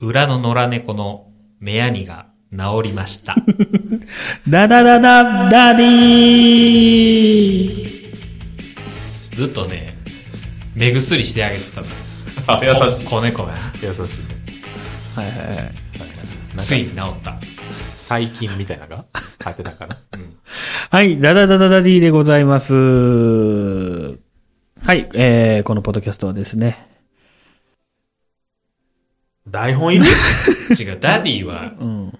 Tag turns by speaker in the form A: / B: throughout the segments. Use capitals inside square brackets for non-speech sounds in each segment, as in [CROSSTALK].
A: 裏の野良猫の目やにが治りま
B: [LAUGHS]
A: した。
B: ダダダダダディー
A: ずっとね、目薬してあげてたの。
C: あ、優しい。
A: 子猫が。
C: 優しい。
B: はいはいはい。
C: なん
A: つ
C: か
A: いに治った。
B: [LAUGHS]
C: 最近みたいなのが勝てたかな。
B: はい、ダダダダダディでございます。はい、えー、このポッドキャストはですね、
C: 台本入
A: 違
C: り
A: う、ダディは、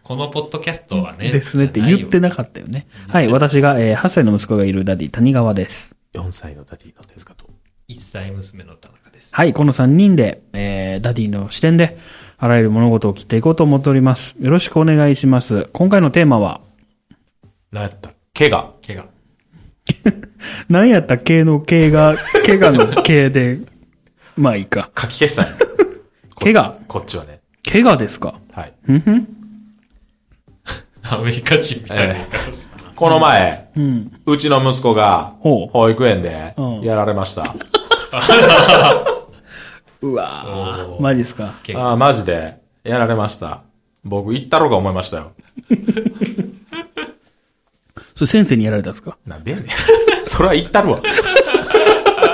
A: このポッドキャストはね。
B: ですねって言ってな
A: か
B: かったよね。はい、私が、えー8歳の息子がいるダディ、谷川です。
C: ?4 歳のダディの手塚と。
A: 一歳娘の田中です。
B: はい、この3人で、えー、ダディの視点で、あらゆる物事を切っていこうと思っております。よろしくお願いします。今回のテーマは、
C: 何やった怪我。
A: 怪我。
B: 何やったっけの系が、 [LAUGHS] 怪我の系で、まあいいか。
C: 書き消
B: [LAUGHS]
C: したんや
B: 怪我
C: こっちはね。
B: 怪我ですか
C: はい。
B: うんふん
A: アメリカ人みたいな言い方したな。
C: この前、
B: うん。
C: うちの息子が、
B: ほう
C: 保育園で
B: うん、
C: やられました。
B: うわ
A: お
B: ぁ、マジっすか。
A: 怪我。
C: あーマジで、やられました。僕、行ったろうか思いましたよ。
B: それ先生にやられたんですか
C: な
B: [LAUGHS]
C: んでやねん。それは行ったるわ。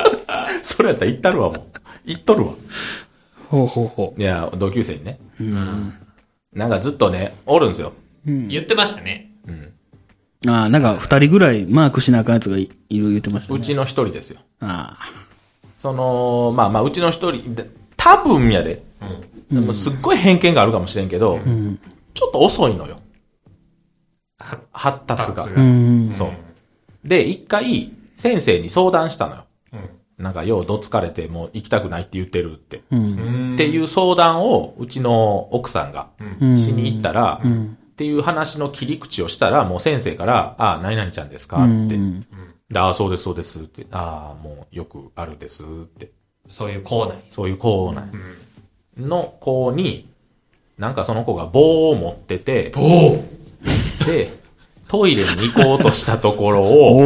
C: [LAUGHS] それやったら行ったるわ、もう。行っとるわ。
B: ほうほうほ
C: いや、同級生にね。なんかずっとね、おるんですよ。
A: 言ってましたね。
B: う。ああ、なんか二人ぐらいマークしなあかんやつがいいる言ってました
C: う
B: ね。
C: ちの一人ですよ。
B: あ
C: その、まあまあ、うちの一人、で多分やで。でもすっごい偏見があるかもしれんけど、ちょっと遅いのよ。
A: は
C: 発達が。
A: 発
B: あ。う
A: が
B: ん。
C: そう。で、一回、先生に相談したのよ。
A: う
C: なんか、ようどつかれて、もう行きたくないって言ってるって。
B: うん。
A: ん。
C: っていう相談を、うちの奥さんが
B: うん
C: しに行ったら、
B: ん
C: っていう話の切り口をしたら、もう先生から、ああ、何々ちゃんですか
B: う
C: って。
B: ん。
C: でああ、そうです、そうですって。ああ、もうよくあるですって。
A: そういうコーナーに。
C: そういう子なんやの子に、なんかその子が棒を持ってて、
A: お
C: で、トイレに行こうとしたところ
B: お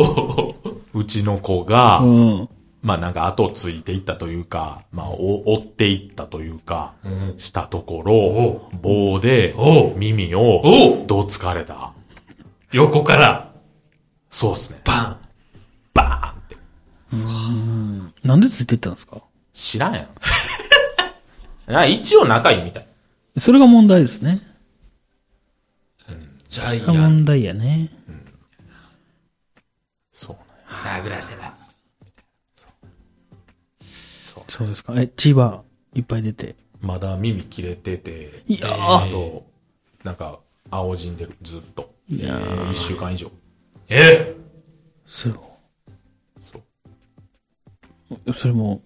C: を、
B: お
C: うちの子が、
B: うん。
C: まあなんか後ついていったというか、まあお追っていったというか、したところ、棒で
A: お
C: 耳
A: お
C: をどつかれた。
A: 横から、
C: そうっすね。
A: バン
C: バーンって。
B: なんでついてったんですか
C: 知らんやん。なんか一応仲いいみたい。
B: それが問題ですね。
A: ジャイ
B: それが
A: アン
B: 問題やね。
C: そうなんや
A: 殴らせば。
C: そう。
B: そうですか。え、千葉、いっぱい出て。
C: まだ耳切れてて、
B: いやー
C: えーあと、なんか、青じんでる、ずっと。いや1週間以上。
A: え
B: それ
C: そう。
B: を、それも、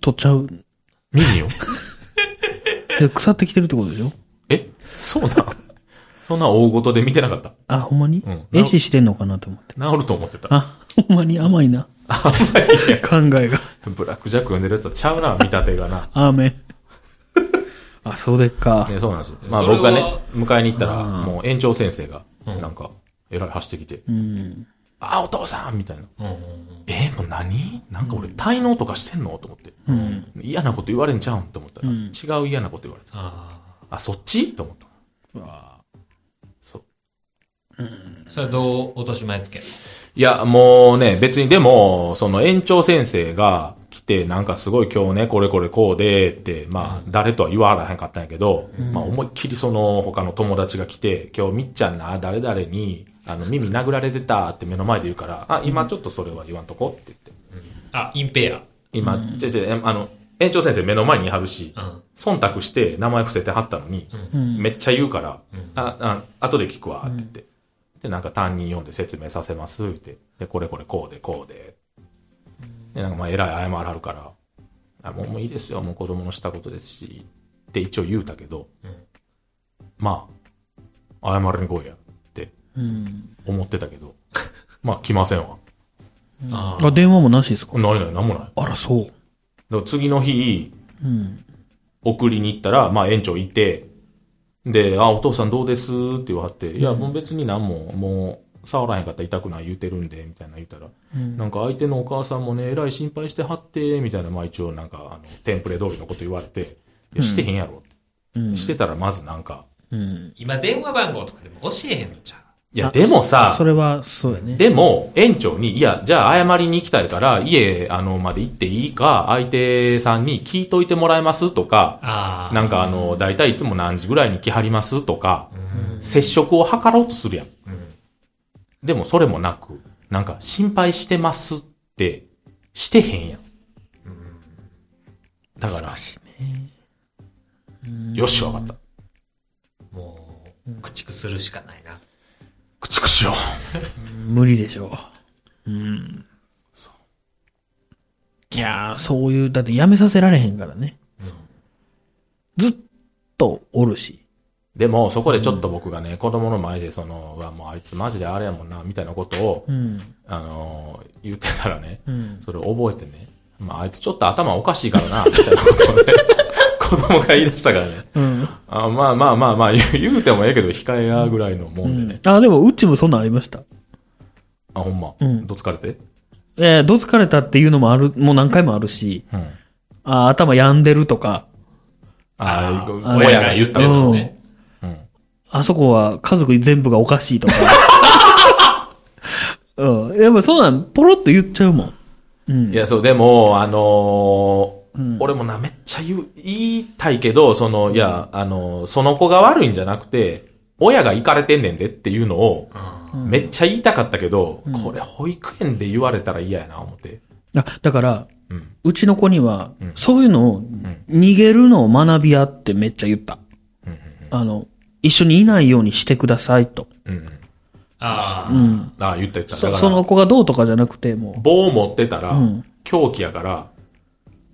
B: 取っちゃう。
C: 耳を
B: で腐ってきてるってことでしょ
C: えそうなんそんな大ごとで見てなかった。
B: あ、ほんまに
C: うん
B: 壊死してんのかなと思って。
C: 治ると思ってた。
B: あ、ほんまに甘いな。 [LAUGHS] 考えが。。
C: ブラックジャック読んでるやつはちゃうな、見立てがな
B: アーメン。あ、そうでっか。
C: ね、そうなんですよ。まあ
A: それは
C: 僕がね、迎えに行ったら、もう園長先生が、なんか、えらい走ってきて、
B: うん。
C: あ、お父さんみたいな。
A: うんうん
C: えーもう何なんか俺、滞納とかしてんのと思って。
B: うん。
C: 嫌なこと言われんちゃうんと思ったら、
B: うん
C: 違う嫌なこと言われた。
A: あ
C: あ、そっちと思った。そう。
A: ーそれどう落とし前つけんの
C: いや、もうね、別にでも、その園長先生が来て、なんかすごい今日ね、これこれこうで、って、まあ、誰とは言わはらへんかったんやけど、まあ、思いっきりその他の友達が来て、今日みっちゃんな、誰々に、あ [LAUGHS] の、耳殴られてたって目の前で言うから、あ、今ちょっとそれは言わんとこって言って。
A: あ、インペア。
C: 今、ちょちょ、えあの、園長先生目の前にいはるし、
A: うん。
C: 忖度して名前伏せてはったのに、
B: うん。
C: めっちゃ言うから、あ、あ、後で聞くわ、って言って。で、なんか担任読んで説明させます、って。で、これこれこうで、こうで。で、なんかまあ、えらい謝らはるから、あ、もうもういいですよ、もう子供のしたことですし、って一応言うたけど、まあ、謝りに来いや、って
B: うん。
C: 思ってたけど、まあ、来ませんわ。
A: あー
B: あ、電話もなしですか
C: ないない、なんもない。だか
B: あら、そう。
C: ら次の日、
B: うん。
C: 送りに行ったら、まあ園長いて、で、あ、お父さんどうですって言わはって、いや、もう別に何も、もう、触らへんかったら痛くない言うてるんで、みたいな言うたら、なんか相手のお母さんもね、えらい心配してはって、みたいな、まあ一応なんか、あの、テンプレ通りのこと言われて、いや、してへんや
B: う
C: ろ。
B: ん
C: してたらまずなんか、
B: うん。
A: 今電話番号とかでも教えへんのじゃ
C: いや、
B: あ
C: でもさ
B: そ、それは、そうやね。
C: でも、園長に、いや、じゃあ謝りに行きたいから、家、あの、まで行っていいか、相手さんに聞いといてもらえますとか、
A: ああ。
C: なんかあの、だいたいいつも何時ぐらいに来はりますとか、
A: うん。
C: 接触を図ろうとするやん。
A: うん。
C: でもそれもなく、なんか心配してますって、してへんやん。だから、よし、わかった。
A: もう、駆逐するしかないな。
C: 駆逐しよ
B: 無理でしょう。うん。
C: そ
B: いやー、そういう、だってやめさせられへんからね。ずっとおるし。
C: う。でも、そこでちょっと僕がね、子供の前で、その、うわ、もうあいつマジであれやもんな、みたいなことを、
B: うん。
C: あのー言ってたらね、
B: うん。
C: それを覚えてね、まあ、あいつちょっと頭おかしいからな、みたいなことをね、 [LAUGHS] 子供が言い出したからね、
B: うん。
C: あまあまあまあまあ、言う言うてもええけど、控えやぐらいのもんでね、
B: あ、でも、うちもそんなんありました。
C: あ、ほんま、
B: うん
C: どつかれて
B: えー、どつかれたっていうのもある、もう何回もあるし、
C: うん。
B: あー頭病んでるとか、
C: あ
A: あ
C: ー
A: ー
C: 親が言ってるのね。うん
B: あそこは家族全部がおかしいとか。 [LAUGHS] うん。やっぱそうなん、ポロッと言っちゃうもん。うん。
C: いや、そう、でも、あの
B: う
C: ー
B: ん
C: 俺もな、めっちゃ言う、言いたいけど、その、いや、あのーその子が悪いんじゃなくて、親が行かれてんねんでっていうのを、
A: うん
B: うん
C: めっちゃ言いたかったけど、
B: うん
C: これ保育園で言われたら嫌やな、思って。
B: あ、だから、
C: うん。
B: うちの子には、
C: うん
B: そういうのを、逃げるのを学び合ってめっちゃ言った。
C: うん
B: あの、一緒にいないようにしてくださいと。
C: うん。うん。
A: あ
B: う
A: あ。
B: ん。
C: ああ、言った言った。だか
B: そ
C: ら、
B: その子がどうとかじゃなくて、も
C: 棒を持ってたら、
B: うん
C: 狂気やから、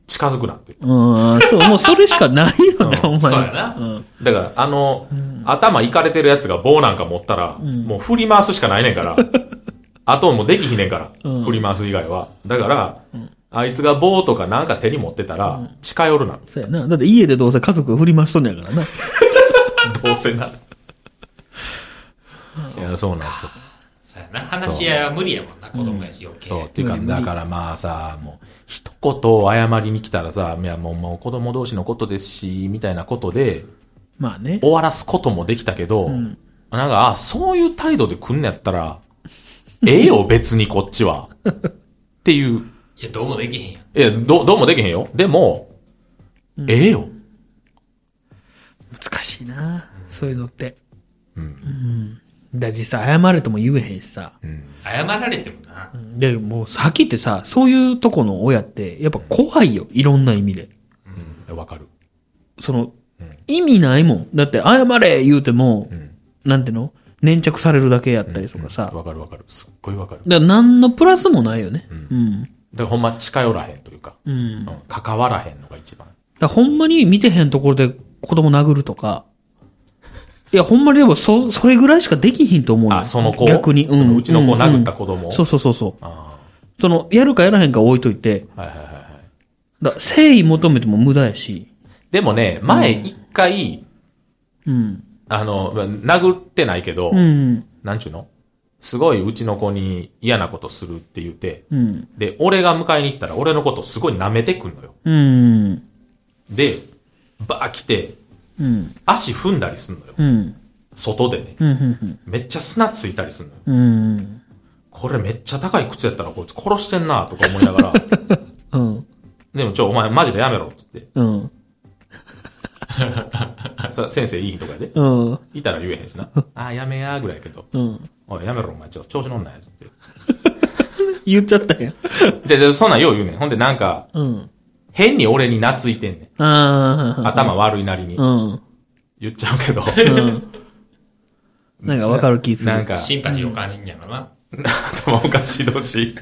C: 近づくなって。
B: う、うん、そう、もうそれしかないよね、
C: う
B: お前。
A: そうやな
B: うん。
C: だから、あの、頭いかれてるやつが棒なんか持ったら、もう振り回すしかないねん [LAUGHS] から。あともうできひねんから、
B: うん
C: 振り回す以外は。だから、あいつが棒とかなんか手に持ってたら、近寄るな。
B: そうやな。だって家でどうせ家族が振り回しとんねやからな。
C: どうせ [LAUGHS] な。いや、そうなんですよ。
A: そうやな。話し合いは無理やもんな、子供やし、余計。
C: そう。っていうか、
B: 無理無
C: だ
B: 理
C: からまあさ、もう、一言謝りに来たらさ、いや、もう、もう子供同士のことですし、みたいなことで、
B: まあね。
C: 終わらすこともできたけど、
B: ん
C: なんか、あ、そういう態度で来んのやったら、ええよ、別にこっちは。っていう。
A: いや、どうもできへんやん。
C: いや、どどうもできへんよ。でも、ええよ。
B: 難しいな。そういうのって。
C: うん
B: うん。だ、実際謝れとも言えへんしさ。
C: うん。
A: 謝られてもな。
B: で、もうさっき言ってさ、そういうとこの親って、やっぱ怖いよ。いろんな意味で。
C: うん。わかる。
B: その
C: うん、
B: 意味ないもん。だって、謝れ言うても、
C: うん。
B: なんていうの粘着されるだけやったりとかさ。
C: わかるわかる。すっごいわかる。だか
B: だから何のプラスもないよね。うん。
C: らほんま近寄らへんというか、
B: うん。
C: う
B: だか
C: ん、関わらへんのが一番。
B: らほんまに見てへんところで子供殴るとか。
C: [LAUGHS]
B: いや、ほんまにでも、そ、それぐらいしかできひんと思うよ
C: あ、その子を
B: 逆に。
C: そのうちの子を殴った子
B: うん
C: 供を。
B: そうそうそうそう。
C: あ
B: その、やるかやらへんか置いといて、
C: あはいはいはいはい。
B: だから誠意求めても無駄やし。
C: でもね、前一回、
B: うん。
C: あの、殴ってないけど、
B: うん。
C: なんちゅうのすごいうちの子に嫌なことするって言って、
B: うん。
C: で、俺が迎えに行ったら俺のことすごい舐めてくんのよ。
B: うん。
C: で、バー来て、
B: うん。
C: 足踏んだりすんのよ。
B: うん。
C: 外でね。
B: うん。うん。
C: めっちゃ砂ついたりすんのよ。
B: うん。
C: これめっちゃ高い靴やったらこいつ殺してんなとか思いなが
B: う
C: ら、 [LAUGHS]
B: ん。
C: でもちょ、お前マジでやめろっつって。
B: うん。
C: それ先生いいとかやで。
B: うん。
C: いたら言えへんしな。あー、やめやーぐらいやけど。
B: うん。
C: おい、やめろお前、ちょ、調子乗んなやつって。
B: 言っちゃったやん。
C: じゃあじゃあそんなんよう言うねん。ほんでなんか、
B: うん。
C: 変に俺に懐いてんね
B: あ
C: ん。
B: あ。
C: 頭悪いなりに
B: う。ん。
C: 言っちゃうけど。
B: うん。なんかわかる気する。
C: なんか、
A: シンパシーを感じんやろな。
C: 頭おかしい同士。い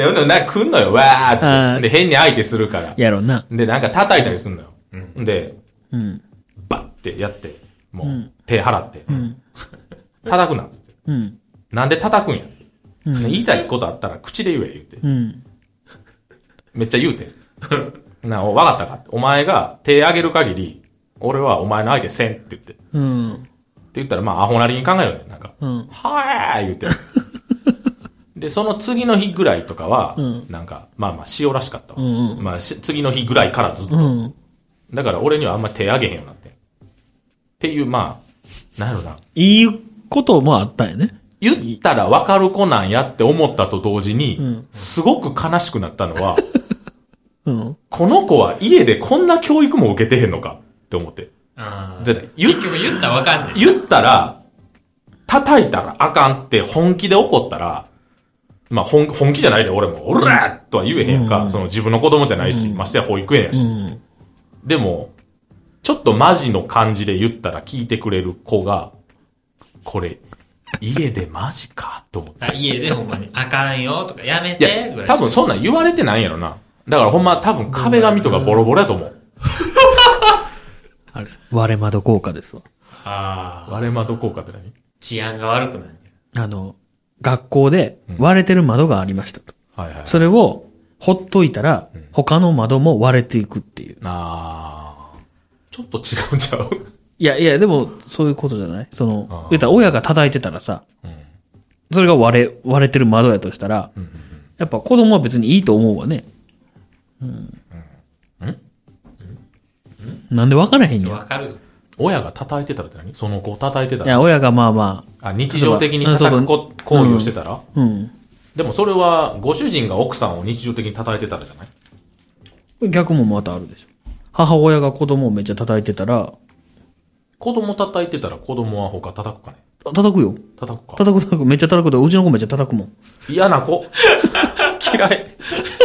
C: や、でもなんか来んのよ、わー
B: あ
C: っ
B: ー
C: て。で、変に相手するから。
B: やろうな。
C: で、なんか叩いたりすんのよ。で、
B: うん。
C: バッてやって、もう、手払って。叩くなっつって。
B: うん。
C: なんで叩くんやって。言いたいことあったら口で言え、言うて。
B: うん。
C: めっちゃ言うて。 [LAUGHS] な、お、わかったかって。お前が手上げる限り、俺はお前の相手せんって言って。って
B: うん。
C: 言ったら、まあ、アホなりに考えようね。なんか、
B: うん。
C: はーい言うて。で、その次の日ぐらいとかは、
B: うん
C: なんか、まあまあ、塩らしかった
B: う
C: わ。
B: んうん
C: まあ、し次の日ぐらいからずっと、
B: うん。
C: だから俺にはあんま手あげへんようになってん。っていう、まあ、なんやろな。
B: いいこともあったんやね。
C: 言ったらわかる子なんやって思ったと同時に、
B: うん
C: すごく悲しくなったのは、
B: うん。
C: この子は家でこんな教育も受けてへんのかって思って。
A: あ
C: だ
A: ー
C: って言っ
A: 結局言ったらわかんない。
C: 言ったら、叩いたらあかんって本気で怒ったら、まあ本本気じゃないで俺も、おらーとは言えへんやんか、
B: うん
C: その自分の子供じゃないし、ましてや保育園や
B: う
C: し。
B: ん。
C: でも、ちょっとマジの感じで言ったら聞いてくれる子が、これ、家でマジかと思って。
A: あ家でほんまに、あかんよとか、やめ
C: い
A: てぐら
C: や、
A: い。
C: 多分そんなん言われてないんやろな。だからほんま多分壁紙とかボロボロやと思う。
B: あれです。割れ窓効果ですわ。
A: ああ、
C: 割れ窓効果って何
A: 治安が悪くなる。
B: あの、学校で
C: うん
B: 割れてる窓がありましたと。
C: はいはい。
B: それを、ほっといたら
C: ん、
B: 他の窓も割れていくっていう。
C: あー。ちょっと違うんちゃう
B: いやいや、でも、そういうことじゃないその
C: あ、ー
B: 言ったら親が叩いてたらさ、
C: うん。
B: それが割れ、割れてる窓やとしたら、
C: うんうんうん
B: やっぱ子供は別にいいと思うわね。うんん。なんで分からへんや
A: わかる
C: 親が叩いてたらって何その子を叩いてた
B: いや、
C: ら。
B: 親がまあま
C: あ日常的に叩くこ行為をしてたら、
B: あ、うん。
C: でもそれは、ご主人が奥さんを日常的に叩いてたらじゃない
B: 逆もまたあるでしょ。母親が子供をめっちゃ叩いてたら、
C: 子供叩いてたら子供は他叩くかね
B: 叩くよ。
C: 叩くか
B: 叩く叩く、めっちゃ叩くと、うちの子めっちゃ叩くもん。
C: 嫌
B: [LAUGHS]
C: な子。嫌い。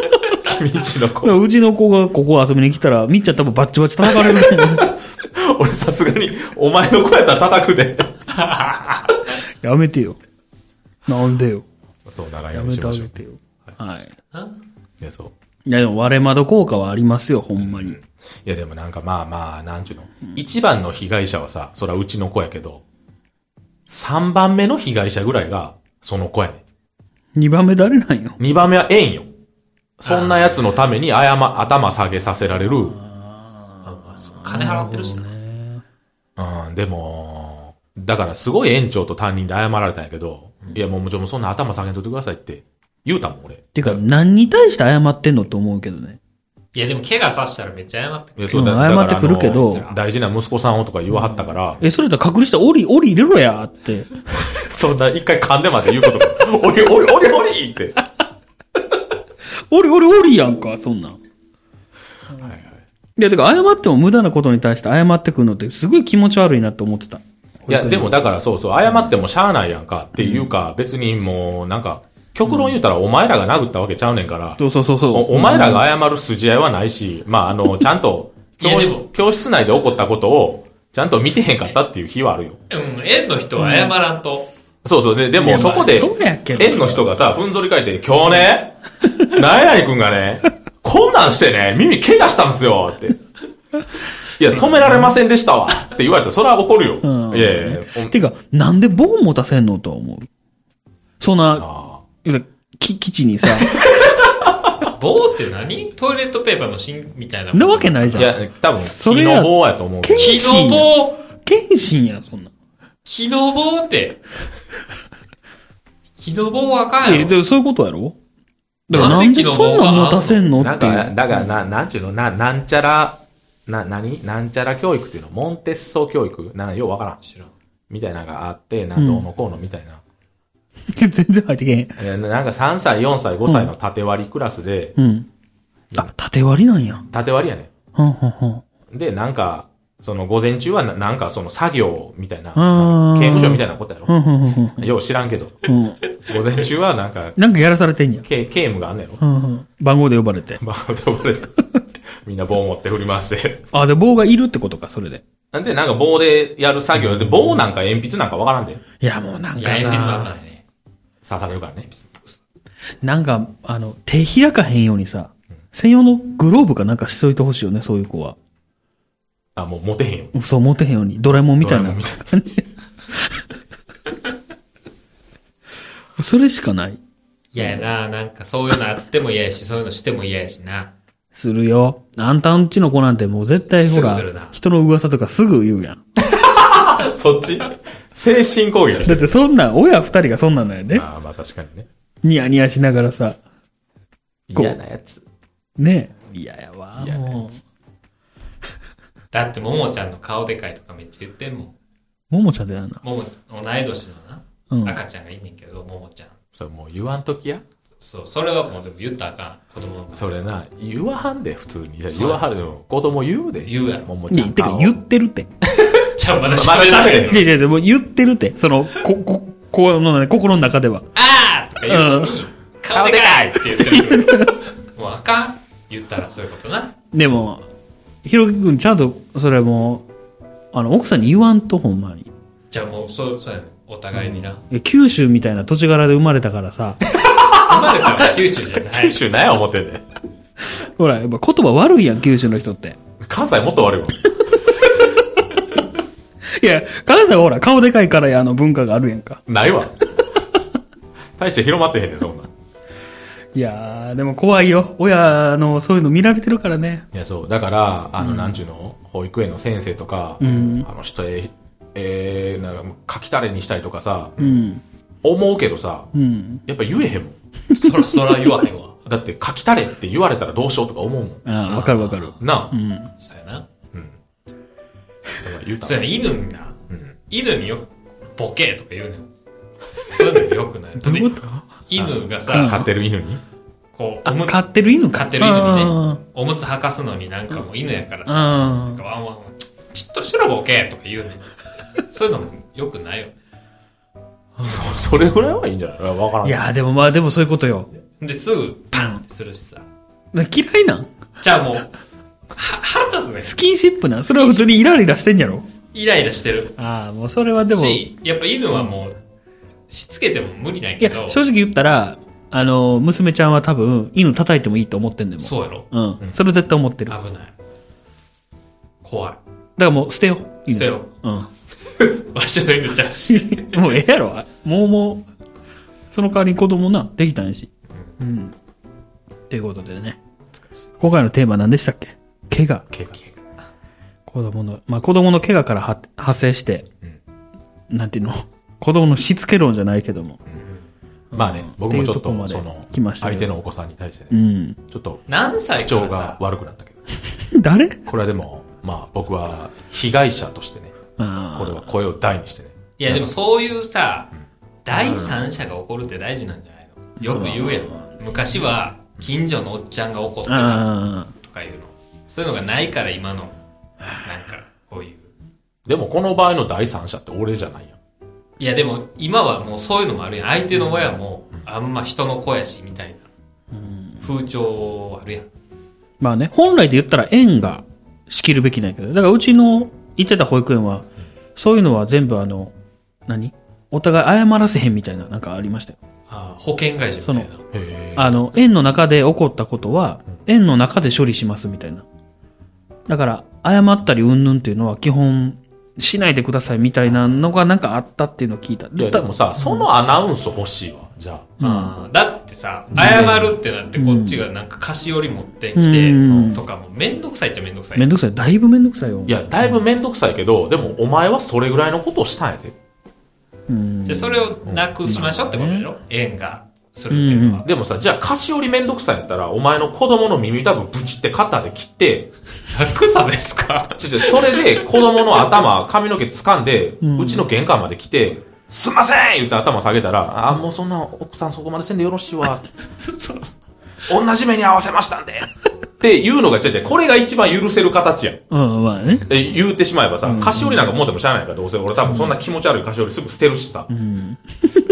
C: [LAUGHS] 君んちの
B: こ
C: 子。
B: れうちの子がここ遊びに来たら、みっちゃん多分バッチバチ叩かれると思 [LAUGHS] う
C: 俺さすがに、お前の子やったら叩くで。
B: やめてよ。なんでよ。
C: そう、長
B: や
C: 屋
B: め
C: にして
B: あ
C: ましょ
B: げ
C: う。
B: てよ。はい。
A: ない
C: や、そう。
B: いや、でも割れ窓効果はありますよ、ほんまに。
C: いや、でもなんかまあまあ、なんちゅうの。一番の被害者はさ、そらうちの子やけど、三番目の被害者ぐらいが、その子やねん。
B: 二番目誰なんよ。
C: 二番目は縁よ。そんな奴のために謝、頭下げさせられる。
A: あそう金払ってるしな。
C: うん、でも、だからすごい園長と担任で謝られたんやけど、いやもうもちろんそんな頭下げんといてくださいって言うたもん俺。
B: てか、何に対して謝ってんのと思うけどね。
A: いや、でも怪我させたらめっちゃ謝ってく
C: い
A: る。
C: やそうだ
B: うん
C: だから
B: 謝ってくるけど
C: あの大事な息子さんをとか言わはったから、
B: え、それと隔離して、檻、檻入れろや [LAUGHS] って。
C: そんな一回噛んでまで言うことか。 [LAUGHS] おりおりおりおりって。
B: 檻、檻、檻やんか、そんなん。い
C: はいはい。
B: や、てか、謝っても無駄なことに対して謝ってくるのって、すごい気持ち悪いなって思ってた。
C: いや、でもだからそうそう、謝ってもしゃあないやんかっていうか、別にもうなんか、極論言うたらお前らが殴ったわけちゃうねんから、
B: そうそうそうそう。
C: おお前らが謝る筋合いはないし、まあ、あの、ちゃ
B: [LAUGHS]
C: んと
A: いや
C: 教
A: で
C: 室
A: も、
C: 教室内で起こったことを、ちゃんと見てへんかったっていう日はあるよ。
A: うん、縁の人は謝らんと。
C: そうそう。で、で
B: いや
C: も、そこで、
B: まあそうやけど
C: 縁の人がさ、ふんぞり返って、今日ね、 [LAUGHS] 何々くんがね、こんなんしてね、耳怪我したんすよ、って。いや、止められませんでしたわ、って言われたら、それは怒るよ。
B: うん
C: いやいやいやお
B: てか、なんで棒持たせんのとは思う。そんな、
C: あ
B: き、基地にさ、 [LAUGHS]
A: 棒って何トイレットペーパーの芯みたいな。
B: なわけないじ
C: ーい
B: ゃん。
C: や、多分、
B: そ
C: そ
B: れ
C: れ
B: や
C: の方やと思うけど。
B: け
A: 木の棒
B: 剣心やん、そんな。
A: 木の棒って。木の棒あかん
B: え、
A: よ。
B: でもそういうことやろだからなんでそんなん持たせんの
C: なん
B: ってい
C: か、
B: う。
C: だから、な、なんちゅうの、な、なんちゃら、な、なになんちゃら教育っていうのモンテッソ教育な、ようわからん。
A: 知らん
C: みたいなのがあって、なんどうのこうのみたいな。
B: 全然入って [LAUGHS] けへん。
C: えーななんか3歳、4歳、5歳の縦割りクラスで、
B: うん。あ、縦割りなんや。
C: 縦割りやね
B: はんはんはん。
C: ん。で、なんか、その午前中はななんかその作業みたいな、
B: ん
C: 刑務所みたいなことや
B: う
C: ろ。
B: んうんうん
C: よう知らんけど、
B: うんうん。
C: 午前中はなんか、
B: なんかやらされてんや。
C: け刑務があんねやろ。
B: うんうん。番号で呼ばれて。
C: バカと呼ばれて。みんな棒持って振り回して。
B: あ、で、棒がいるってことか、それで。
C: なんで、なんか棒でやる作業で、棒なんか鉛筆なんかわからんで。
B: いや、もうなん
A: いや、
B: か
A: 鉛筆もあか
B: さ、
A: んね。
C: 刺されるからね。
B: なんか、あの、手開かへんようにさ、専用のグローブかなんかしといてほしいよね、そういう子は。
C: あ、もう持てへんよ。
B: そう、持てへんように。ドラえもんみたい
C: ドラえ
B: な
C: もんみたい。
B: それしかない。
A: 嫌やな、なんかそういうのあっても嫌やし、そういうのしても嫌やしな。
B: するよ。あんたんちの子なんてもう絶対ほ
A: すぐ
B: ら
A: するな、
B: 人の噂とかすぐ言うやん。
C: そっち精神攻撃
B: だってそんなん、親二人がそんなのやで。
C: ああ、まあ確かにね。
B: ニヤニヤしながらさ、こう
C: 嫌なやつ。
B: ねえ。嫌やわ、もう。
A: だって、ももちゃんの顔でかいとかめっちゃ言ってんもん。
B: ももちゃんだよな。
A: もも、同い年のな、
B: うん
A: 赤ちゃんがいんねんけど、ももちゃん。
C: それもう言わんときや
A: そう、それはもうでも言ったらあかん。子供の前
C: それな言わはんで普通に
A: う
C: 言わはるでも子供言うで
A: 言うやろ
C: ももちゃ
B: ね
C: ん
B: てか言
C: っ
B: ってるって。
A: ちゃんまだ
C: まだ
A: 喋ら
C: 喋
A: れへ
C: れへ
A: ん
C: ん
A: の。
B: 違う違う違う、もう言ってるって。その、こ、こ、こうのね、心の中では。
A: あーとか言うのに、顔でかいって言ってる。もうあかん言ったらそういうことな。
B: でも、ひろきくんちゃんと、それもう、あの、奥さんに言わんと、ほんまに。
A: じゃあもう、そう、そうやねんお互いにな。
B: え九州みたいな土地柄で生まれたからさ、
A: 生まれたのは九州じゃない。
C: 九州なんや思ってんねん
B: ほら、やっぱ言葉悪いやん、九州の人って。
C: 関西もっと悪いわ
B: いや、関西はほら、顔でかいからや、あの文化があるやんか。
C: ないわ大して広まってへんねんそんなん
B: いやー、でも怖いよ。親のそういうの見られてるからね。
C: いや、そう。だから、あの、なんちゅうの、保育園の先生とか、あの人、えー、えーなんか、かきたれにしたりとかさ、
B: うん。
C: 思うけどさ、
B: うん。
C: やっぱ言えへんもん。
A: そらそら言わへんわ。
C: だって、かきたれって言われたらどうしようとか思うもん。
B: あーわかるわかる。
C: なあ、
B: う
C: やっ
B: ん。
A: そうやな。
C: ぱ言うた
A: そうやねん犬が、
C: ん
A: 犬によく、ボケとか言うねん。そういうのよくない。
B: どういうこと
A: 犬が
B: うん
A: さ、
C: 飼ってる犬に。
A: こう、
B: あ
A: おむ、
B: 飼ってる犬
A: 飼ってる犬に
B: あ
A: ね、おむつ履かすのになんかもう犬やから
B: ー
A: さ、
B: あ
A: なんかワンワン、ちっとしろボケとか言うねん。そういうのもよくないよ。
C: そ、それぐらいはいいんじゃないわから
B: ー。
C: ん。
B: いやー、でもまあ、でもそういうことよ。
A: で、すぐパンってするしさ。
B: な嫌いなん
A: じゃあもう、は、腹立つねん。
B: スキンシップなんそれは普通にイライラしてんやろ
A: イライラしてる。
B: ああ、もうそれはでも、い
A: し、やっぱ犬はもう、しつけても無理ないけ
B: や、
A: ど、
B: 正直言ったら、あの、娘ちゃんは多分、犬叩いてもいいと思ってんだよ。も
A: そうやろ
B: ううん。それ絶対思ってる。だか
A: 危ない。怖い。
B: らもう捨てよう。犬
A: 捨てよ
B: うん。
A: わしの犬ちゃんし。
B: [LAUGHS] もうええやろ。もうもう、その代わりに子供な、できたんやし。うん。ということでね。今回のテーマ何でしたっけ怪我。
C: 怪我です
B: 子供の、まあ子供の怪我からは発生して、なんていうの、子供のしつけ論じゃないけども。
C: まあね、僕もちょっ、
B: っていうとことまで
C: その
B: 来ま、したけ
C: 相
B: ど
C: 手のお子さんに対して
B: う
C: ね、
B: ん。
C: ちょっと、
A: 何歳
C: 口
A: か
C: 調
A: ら
C: が
A: さ、
C: 悪くなったけ
B: [LAUGHS]
C: ど。
B: 誰
C: これはでも、まあ僕は、被害者としてね、
B: あ
C: これは声を大にしてね。
A: いやでもそういうさ、第三者が怒るって大事なんじゃないのよく言うやん。昔は、近所のおっちゃんが怒ってた
B: あ
A: とかいうの。そういうのがないから今の、なんか、こういう。
C: でもこの場合の第三者って俺じゃないやん。
A: いやでも今はもうそういうのもあるやん。相手の親も、あんま人の子やし、みたいな。風潮あるやん。
B: まあね、本来で言ったら園が仕切るべきなんやけど、だからうちの行ってた保育園は、そういうのは全部あの、何お互い謝らせへんみたいな、なんかありましたよ。
A: あ保険会社みたいな。
C: へ
B: あの、園の中で起こったことは、園の中で処理しますみたいな。だから、謝ったりうんぬんっていうのは基本、しないでくださいみたいなのがなんかあったっていうのを聞いた。
C: いや、でもさ、そのアナウンス欲しいわ、じゃ
A: あ
C: あ。
A: ーだってさ、謝るってなってこっちがなんか菓子折り持ってきて
B: うん
A: とかもめんどくさいっちゃめんどくさい
B: めん。どくさい。だいぶめんどくさいよ。
C: いや、だいぶめんどくさいけど、でもお前はそれぐらいのことをしたんやで。
B: うん。
A: で、それをなくしましょうってことでしょ縁がするっていうのは。
C: でもさ、じゃあ菓子折りめんどくさいんやったら、お前の子供の耳たぶブチって肩で切って、
A: 楽さですか
C: ちょちょ、それで子供の頭、髪の毛掴んで、うちの玄関まで来て、すんません言って頭下げたら、あ、もうそんな奥さんそこまでせんでよろしい [LAUGHS] わ。
A: そう
C: 同じ目に合わせましたんで。っていうのが、違う違う、これが一番許せる形やん。
B: うん、まあね。
C: え、言うてしまえばさ、菓子折りなんか持ってもしゃあないから、どうせ。俺多分そんな気持ち悪い菓子折りすぐ捨てるしさ。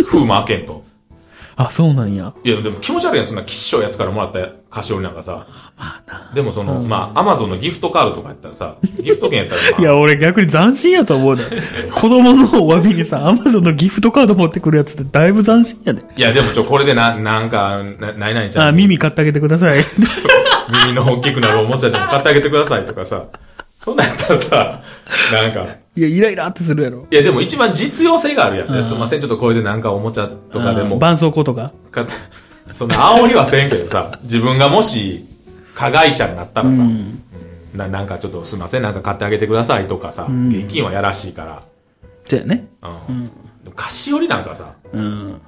C: 風魔開けんと。
B: あ、そうなんや。
C: いや、でも気持ち悪いやん、そんなきっしょいやつからもらった菓子折りなんかさ。でもその、まあ、アマゾンのギフトカードとかやったら [LAUGHS] さ、ギフト券やったら、まあ、
B: いや、俺逆に斬新やと思うね。子供のお詫びにさ、アマゾンのギフトカード持ってくるやつってだいぶ斬新やで。
C: いや、でもちょ、これでな、なんか、な、ないないちゃ
B: あ、
C: んに、
B: 耳買ってあげてくだ [LAUGHS] さい。
C: 耳の大きくなるおもちゃでも買ってあげてくださいとかさ、そんなんやったらさ、なんか、
B: いや、イライラってするやろ。
C: いや、でも一番実用性があるやんね。すいません、ちょっとこれでなんかおもちゃとかで
B: あ
C: も、
B: 絆創膏とか。
C: 買ってそんな煽りはせんけどさ、自分がもし、加害者になったらさ、ななんかちょっとすいません、なんか買ってあげてくださいとかさ、現金はやらしいから、
B: そうやね。
C: うんでも菓子折りなんかさ、
B: うん。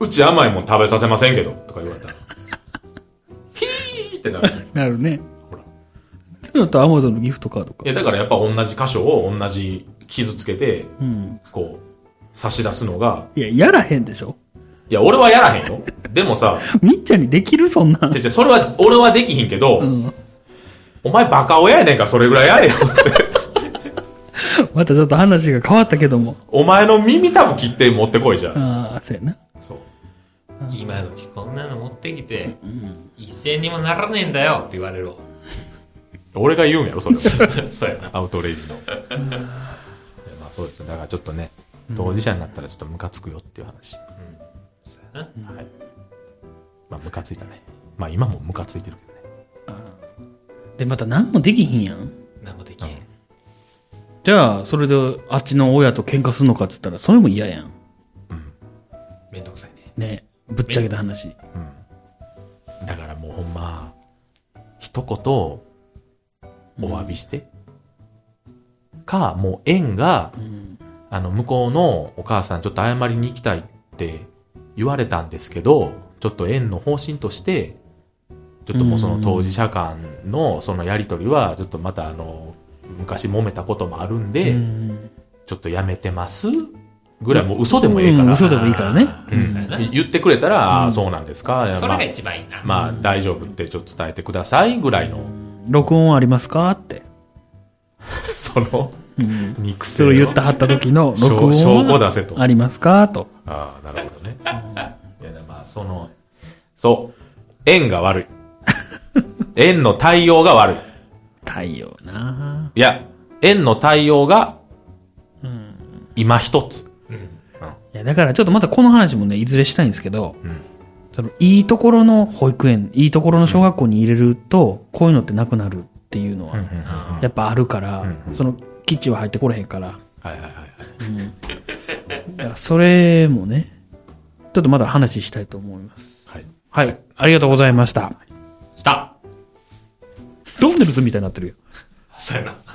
C: うち甘いもん食べさせませ [LAUGHS] んけど、とか言われたら。ヒーってなる。
B: なるね。そういうのとアマゾンのギフトカードか
C: い。やだからやっぱ同じ箇所を同じ傷つけて、
B: うん。
C: こう、差し出すのが、
B: いや、やらへんでしょ。
C: いや、俺はやらへんよ。でもさ、
B: みっちゃんにできるそんなん [LAUGHS]
C: 違う。違う、それは、俺はできひんけど、
B: ん
C: お前バカ親やねんからそれぐらいやれよ [LAUGHS] って。
B: またちょっと話が変わったけども。
C: お前の耳たぶ切って持ってこいじゃん。
B: ああ、そうやな。
C: そう。
A: 今時こんなの持ってきて、一銭にもならねえんだよって言われるわ。
C: 俺が言うんやろ、それは。
A: そうやな。
C: アウトレイジの。いやまあそうですね。だからちょっとね、当事者になったらちょっとムカつくよっていう話。
A: そうやな。
C: はい。まあムカついたね。まあ今もムカついてるけどね。
B: で、また何もできひんやん。
A: 何もできへん。
B: じゃあ、それであっちの親と喧嘩するのかっつったら、それも嫌やん。
A: めんどくさいね。
B: ね。ぶっちゃけた話。
C: だからもうほんま、一言、お詫びして。か、もう縁が、あの、向こうのお母さんちょっと謝りに行きたいって言われたんですけど、ちょっと縁の方針として、ちょっともうその当事者間のそのやりとりは、ちょっとまたあの、昔揉めたこともあるんで、ちょっとやめてますぐらい、もう嘘でもええか
B: うん
C: ら。
B: 嘘でもいいからね
A: あ
C: う
A: ーそうやな。
C: ん言ってくれたら、ああそうなんですか。いや
A: そ
C: ま
A: れ
C: あ
A: が一番いいな。
C: まあ大丈夫ってちょっと伝えてくださいぐらいの、 [LAUGHS]
B: 録音ありますかって。
C: その、
B: うん。
C: 肉声
B: それを
C: の
B: 言ったはった時の
C: 証
B: 録音
C: 証拠
B: は
C: 出せと。
B: あ
C: あ
B: りますかと。
C: あ、なるほどね。いや、まあその、そう、縁が悪い。縁の対応が悪い。
B: 太陽ない
C: や、縁の対応が、今一つ。
B: いや、だからちょっとまたこの話もね、いずれしたいんですけど、
C: ん
B: その、いいところの保育園、いいところの小学校に入れると、こういうのってなくなるっていうのは、
A: あ
B: やっぱあるから、
C: うん
B: その、基地は入ってこれへんから、
C: はいはいはい。
B: だからそれもね、ちょっとまだ話したいと思います。
C: はい。
B: はい。ありがとうございました。
A: ーした
B: ドンネルズみたいになってるよ。
A: そうやな。